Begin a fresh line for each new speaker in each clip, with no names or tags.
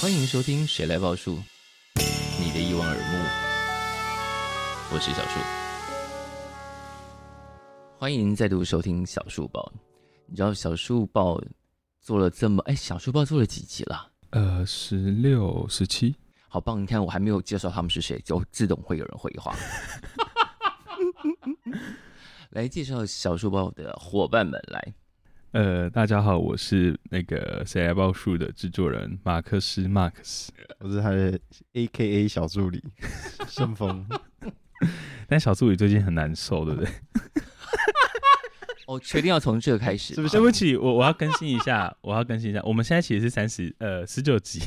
欢迎收听《谁来报数》，你的一望而目，我是小树。欢迎再度收听小树报。你知道小树报做了这么哎，小树报做了几集了？
呃，十六、十七，
好棒！你看我还没有介绍他们是谁，就自动会有人回话。 来介绍小树报的伙伴们来。
呃，大家好，我是那个《谁来报数》的制作人马克思 Max，
我是他的 A K A 小助 理顺丰。
但小助理最近很难受，对不对？
哦，确定要从这开始吗？
是不是
对不起，我我要更新一下，我要更新一下，我们现在其实是三十呃十九集，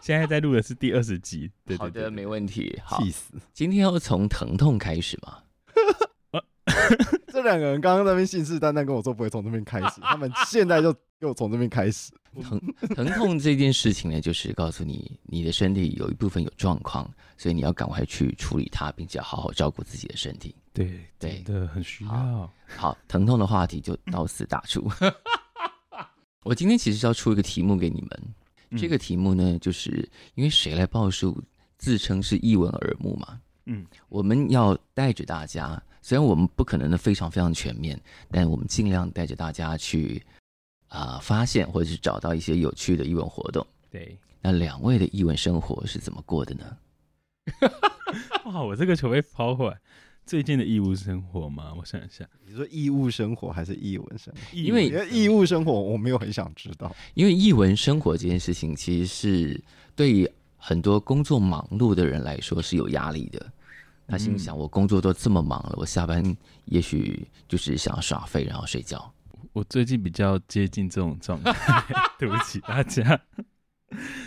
现在在录的是第二十集，对
好
对对
的，没问题。好，
气死！
今天要从疼痛开始吗？
这两个人刚刚在那边信誓旦旦跟我说不会从这边开 始，他们现在就给我从这边开始。
疼痛这件事情呢，就是告诉你，你的身体有一部分有状况，所以你要赶快去处理它，并且好好照顾自己的身体。
对
对
真的很需
好
要。
好，疼痛的话题就到此打住。 我今天其实是要出一个题目给你们，
嗯
这个题目呢，就是因为谁来报数自称是一闻耳目嘛，
嗯，
我们要带着大家，虽然我们不可能的非常非常全面，但我们尽量带着大家去啊、发现或者是找到一些有趣的译文活动。
对，
那两位的译文生活是怎么过的呢？
哇，我这个球被抛回来。最近的义务生活吗？我想一下，
你说义务生活还是义文生活？
义务
因为
你的义务生活我没有很想知道。
因为译文生活这件事情，其实是对于很多工作忙碌的人来说是有压力的。他心
嗯
想：我工作都这么忙了，我下班也许就是想要耍废，然后睡觉。
我最近比较接近这种状态， 对不起大家。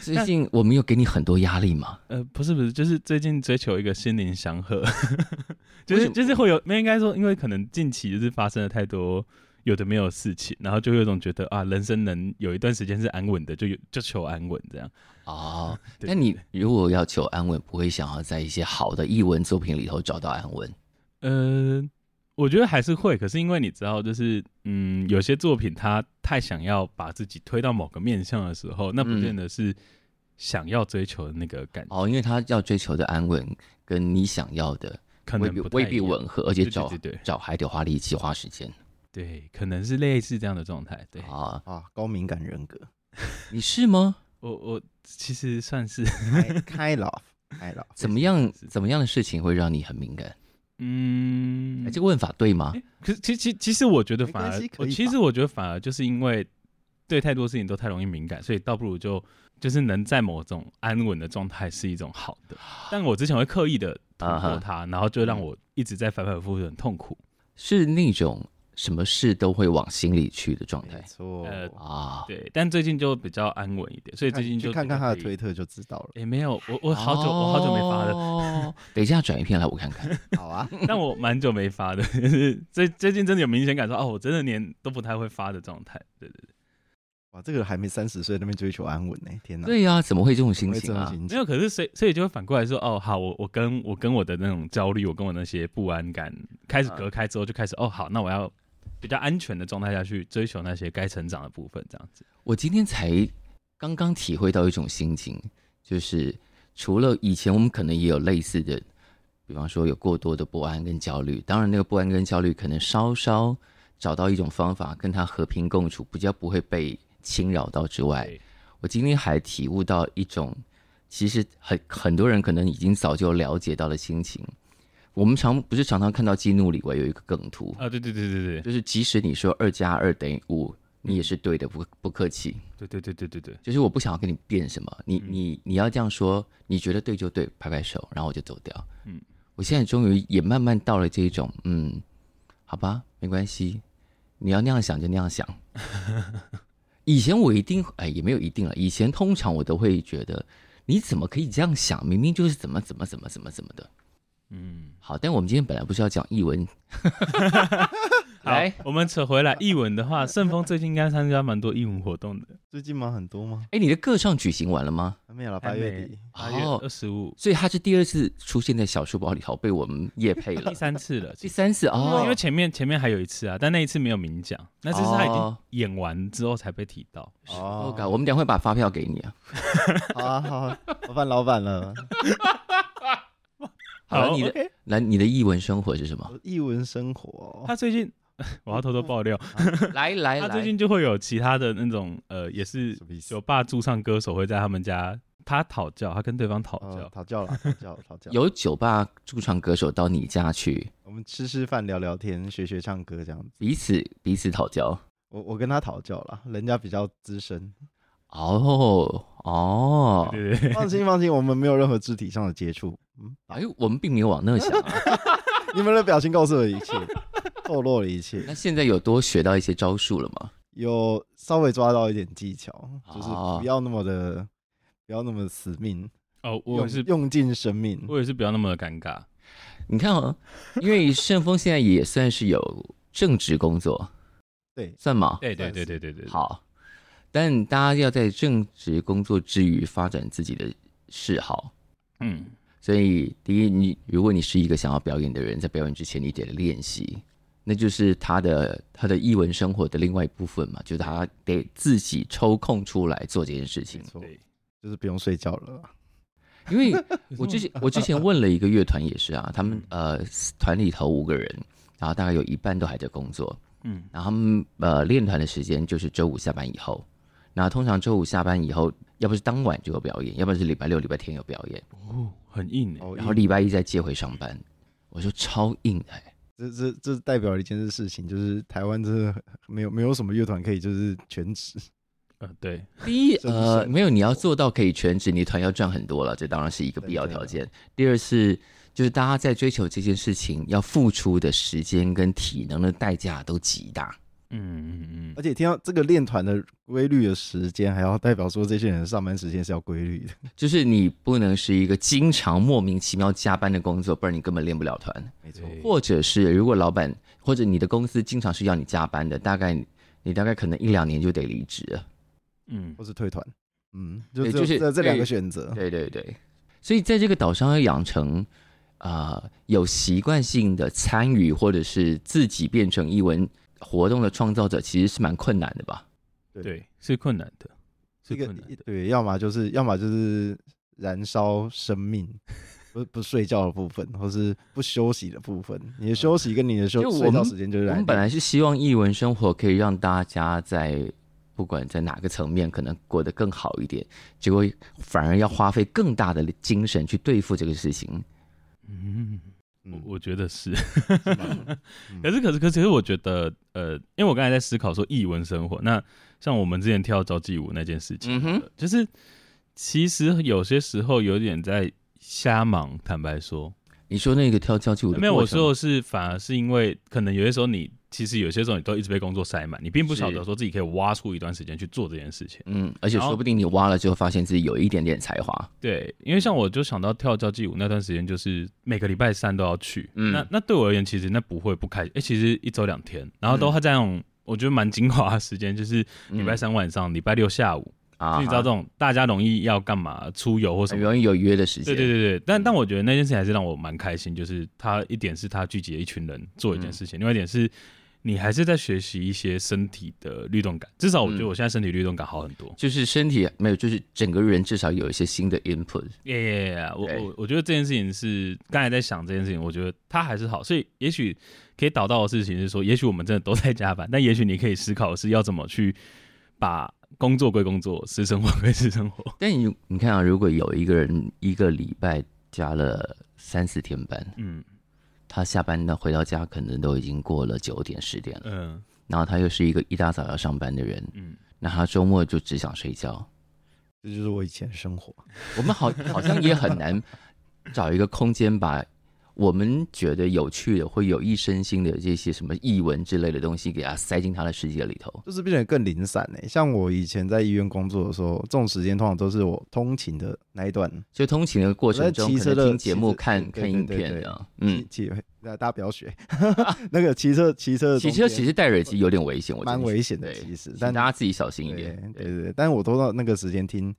最近我们有给你很多压力吗？
呃，不是不是，就是最近追求一个心灵祥和， 就
为什
是
么
就是会有，没有应该说，因为可能近期就是发生了太多有的没有的事情，然后就会有一种觉得啊，人生能有一段时间是安稳的，就有就求安稳这样。
哦，
啊对
那你如果要求安稳，不会想要在一些好的译文作品里头找到安稳？
呃，我觉得还是会，可是因为你知道，就是嗯，有些作品它太想要把自己推到某个面向的时候，那不
嗯
见得是想要追求的那个感觉，
哦，因为他要追求的安稳跟你想要的
可
未
能
必
不太
未必
一样
吻合，而
对
且
对
找
对对
找还得花力气花时间
对，可能是类似这样的状态。对，
啊。
啊，高敏感人格，
你是吗？
我我其实算是。
开开朗，开朗。
怎么样
是？
怎么样的事情会让你很敏感？
嗯
哎，这个问法对吗？
可是其其其实我觉得
没
反
关
而
系，可
我
以
其
吧
实我觉得反而就是因为对太多事情都太容易敏感，所以倒不如就就是能在某种安稳的状态是一种好的。但我之前会刻意的突
啊哈
破它，然后就让
嗯
我一直在反反复复地很痛苦。
是那种什么事都会往心里去的状
没
态
错，
呃
啊？
对，但最近就比较安稳一点，所以
哦看
最近就
去看看他的哦推
推。
特就知道了。
也没有，我我好久、我好久没发了，
了。哦等一下转一篇来我看看。
好啊，
但我蛮久没发的， 就是最最近真的有明显感受哦，我真的连都不太会发的状态，对对对，
哇，这个还没三十岁那边追求安稳呢，天哪！
对呀、怎么会这种
怎
心
么会这
情
种
啊？
心
没
情，
有，可是所以所以就会反过来说，哦，好，我我跟我跟我的那种焦虑，我跟我那些不安感开始隔开之后，就开始哦，好，那我要比较安全的状态下去追求那些该成长的部分，这样子。
我今天才刚刚体会到一种心情，就是除了以前我们可能也有类似的，比方说有过多的不安跟焦虑，当然那个不安跟焦虑可能稍稍找到一种方法跟它和平共处，比较不会被侵扰到之外，
对，
我今天还体悟到一种，其实很很多人可能已经早就了解到的心情。我们常不是常常看到激怒里维有一个梗图，
啊，对对对对对
就是即使你说二加二等于五，你也是对的，不不客气。
对对对对对对，
就是我不想要跟你辩什么，你
嗯
你你要这样说，你觉得对就对，拍拍手，然后我就走掉。嗯
嗯，
我现在终于也慢慢到了这一种，嗯，好吧，没关系，你要那样想就那样 想。以前我一定哎也没有一定了，以前通常我都会觉得你怎么可以这样想，明明就是怎么怎么怎么怎么怎么的。
嗯，
好，但我们今天本来不是要讲译文，来
好，我们扯回来，艺文的话，盛峰最近应该参加蛮多艺文活动的。
最近忙很多吗？
哎，你的歌唱举行完了吗？
还没有啦，
还
八月
没
底。
八月
哦
二十五，
所以他是第二次出现在小书包里头，被我们夜配了
第。三次了。
第
其实
三次哦，
因为前面前面还有一次啊，但那一次没有明讲，那次是他已经
哦
演完之后才被提到。
我
哦，
靠，我们等一下会把发票给你啊。
好啊，好啊，麻烦老板了。
好了，你的
OK
来你的译文生活是什 么？
我艺文生
哦
活哦
他最近 我要偷偷爆料，
来来
他
来，
最近就会有其他的那种呃，也是
什么意思
酒吧驻唱歌手会在他们家，他讨教，他跟对方讨
哦
教，
讨教了，讨教，讨教。
有酒吧驻唱歌手到你家去，
我们吃吃饭、聊聊天、学学唱歌这样子。
彼此彼此讨教。
我我跟他讨教了，人家比较资深。
哦哦，
对对对，
放心，放心，我们没有任何肢体上的接触。嗯，
哎，我们并没有往那想啊。
你们的表情告诉我一切，透露了一切。
那现在有多学到一些招数了吗？
有稍微抓到一点技巧，就是
哦
不要那么的，不要那么死命，
哦，我也
用
是，
用尽生命。
我也是不要那么的尴尬。
你看哦，因为盛峰现在也算是有正职工作，
对，
算吗？
对对
算
对对
是
对对，，
好，但大家要在正职工作之余发展自己的嗜好。
嗯，
所以，第一，你如果你是一个想要表演的人，在表演之前你得练习，那就是他的他的艺文生活的另外一部分嘛，就是他得自己抽空出来做这件事情
没。错，
对，
就是不用睡觉了啦。
因为 我之前我之前问了一个乐团也是啊，他们
嗯
呃团里头五个人，然后大概有一半都还在工作，
嗯，
然后他们呃练团的时间就是周五下班以后，那通常周五下班以后，要不是当晚就有表演，要不然是礼拜六、礼拜天有表演，
哦，很硬欸
哦，
然后礼拜一再接回上班。我说超硬的、欸，
这这这代表了一件事情，就是台湾真的没有没有什么乐团可以就是全职。
呃，对，
第一，
真
呃，
是
没有，你要做到可以全职，你团要赚很多了，这当然是一个必要条件。第二是，就是大家在追求这件事情要付出的时间跟体能的代价都极大。
嗯嗯嗯
而，且听到这个练团的规律的时间，还要代表说这些人的上班时间是要规律的。
就是你不能是一个经常莫名其妙加班的工作，不然你根本练不了团。
没
错对
或者是如果老板或者你的公司经常是要你加班的，大概你大概可能一两年就得离职了。
嗯，
或是退团。嗯，就
对
这
就是
这这两
对啊
个选择。
对对对，所以在这个岛上要养成啊、呃有习惯性的参与，或者是自己变成译文活动的创造者，其实是蛮困难的吧？
对，是困难的，是
这个
困难
一
的，
对，要么就是要么就是燃烧生命，不 不睡觉的部分，或是不休息的部分。你的休息跟你的休
就我
睡觉
们
时间就是啊嗯
我
来
们本来是希望译文生活可以让大家在不管在哪个层面，可能过得更好一点，结果反而要花费更大的精神去对付这个事情。
嗯，
嗯
我我觉得是。
是吧
可是可是可是，其实我觉得，呃，因为我刚才在思考说译文生活，那像我们之前跳交际舞那件事情，
嗯哼，
就是其实有些时候有点在瞎忙，坦白说，
你说那个跳交际舞的
没有，我
过程
说的是反而是因为可能有些时候你其实有些时候你都一直被工作塞满，你并不
是
晓得说自己可以挖出一段时间去做这件事情。
嗯，而且
然后
说不定你挖了之后，发现自己有一点点才华。
对，因为像我就想到跳交际舞那段时间，就是每个礼拜三都要去。
嗯
那那对我而言，其实那不会不开哎、诶其实一周两天，然后都还在那种、我觉得蛮精华的时间，就是礼拜
嗯
三晚上、礼拜六下午，
啊
就
哈，
你知道这种大家容易要干嘛出游或什
很
么。
容易有约的时间。
对对对对，但
嗯
但我觉得那件事情还是让我蛮开心，就是他一点是他聚集了一群人做一件事情，另外一点是你还是在学习一些身体的律动感，至少我觉得
嗯
我现在身体律动感好很多。
就是身体没有，就是整个人至少有一些新的 input。
耶耶耶！我
对
我我觉得这件事情是刚才在想这件事情，我觉得它还是好，所以也许可以导到的事情是说，也许我们真的都在加班，但也许你可以思考的是要怎么去把工作归工作，私生活归私生活。
但你你看啊，如果有一个人一个礼拜加了三四天班，
嗯
他下班呢回到家可能都已经过了九点十点了，
嗯
然后他又是一个一大早要上班的人，
嗯，
那他周末就只想睡觉。
这就是我以前的生活。
我们好好像也很难找一个空间把我们觉得有趣的、会有益身心的这些什么译文之类的东西，给它塞进他的世界里头。
就是变得更零散呢、像我以前在医院工作的时候，这种时间通常都是我通勤的那一段，
就通勤的过程
我
中，
在骑
可
车的
能听节目、
骑车
看
对对
看影
对
片
对
这样。
嗯
嗯，，
骑那大家不要学， 那个骑车骑车的
骑
中
车
间
其实戴耳机有点危险，我真
蛮
的觉
危
得
险的，
对
其实，
请
但
大家自己小心一
对
点。
对对，但是我都到那个时间听，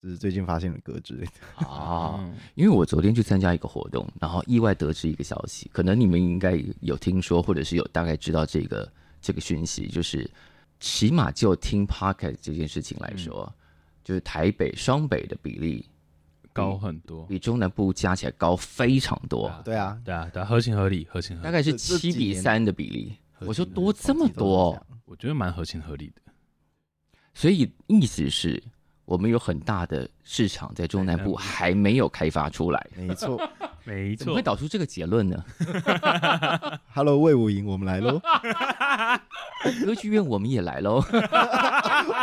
就是最近发现的歌之类 的。
啊，
嗯
因为我昨天去参加一个活动，然后意外得知一个消息，可能你们应该有听说，或者是有大概知道这个这个讯息，就是起码就听 Pocket 这件事情来
嗯
说，就是台北双北的比例
高很多，
比中南部加起来高非常多，
啊
对啊，
对啊，对啊，合情合理，合情合理，
大概是
这这
七
几
比
年
三的比例。
合情
我说
合理
多这么
统计都是
多
这，样
我觉得蛮合情合理的。
所以意思是我们有很大的市场在中南部还没有开发出来。
没错
没
怎么会导出这个结论呢？
，Hello 魏武营，我们来喽。
歌剧院我们也来喽。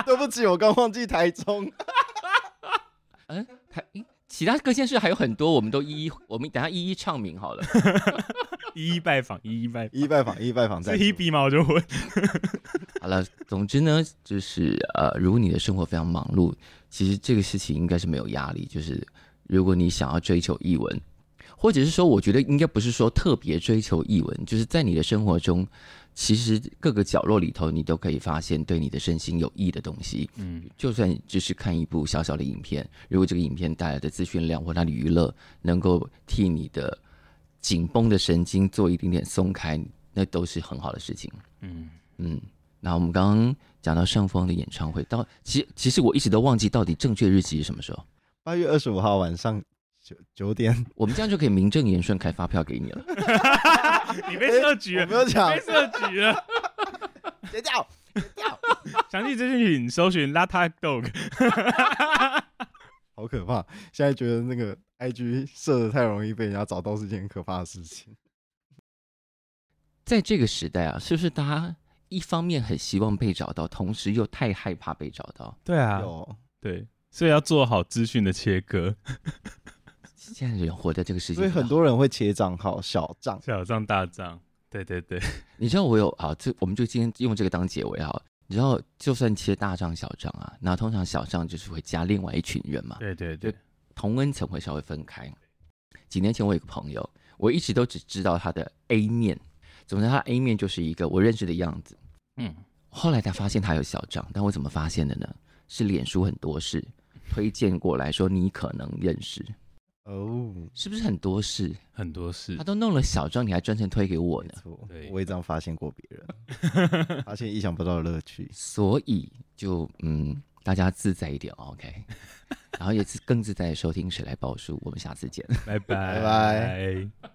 对不起，我刚忘记台中。
嗯，还诶 其他各县市还有很多，我们都一一，我们等一下一一唱名好了。
一一拜访，一一拜访，
一拜访一拜访在
是一比吗？我就 问。
好了，总之呢，就是呃，如果你的生活非常忙碌，其实这个事情应该是没有压力。就是如果你想要追求译文，或者是说，我觉得应该不是说特别追求译文，就是在你的生活中，其实各个角落里头，你都可以发现对你的身心有益的东西。
嗯，
就算只是看一部小小的影片，如果这个影片带来的资讯量或它的娱乐能够替你的紧绷的神经做一点点松开，那都是很好的事情。
嗯，
嗯，那我们刚刚讲到上峰的演唱会，到其其实我一直都忘记到底正确日期是什么时候。
八月二十五号晚上九九点，
我们这样就可以名正言顺开发票给你了。
你被设局
我
了，
没有讲
被，设局 了。
剪掉。
详细资讯请搜寻 Lata Dog。
好可怕！现在觉得那个 IG 设的太容易被人家找到是件很可怕的事情。
在这个时代啊，是不是大家一方面很希望被找到，同时又太害怕被找到？
对啊
有
对，所以要做好资讯的切割，
现在人活在这个世界，
所以很多人会切账号、小账，
小账大账。对对对，
你知道我有啊，这我们就今天用这个当结尾啊。你知道，就算切大账小账啊，那通常小账就是会加另外一群人嘛，
对对对，
同温层会稍微分开。几年前我有个朋友，我一直都只知道他的 A 面，总之他的 A 面就是一个我认识的样子。
嗯，
后来才发现他有小账，但我怎么发现的呢？是脸书很多事推荐过来说你可能认识，
哦，
是不是很多事？
很多事
他。都弄了小账，你还专程推给我
没
呢？
错
对，
我也这样发现过别人，发现意想不到的乐趣。
所以就嗯，大家自在一点，OK。然后也是更自在的收听《谁来报数》，我们下次见。
拜拜
拜拜。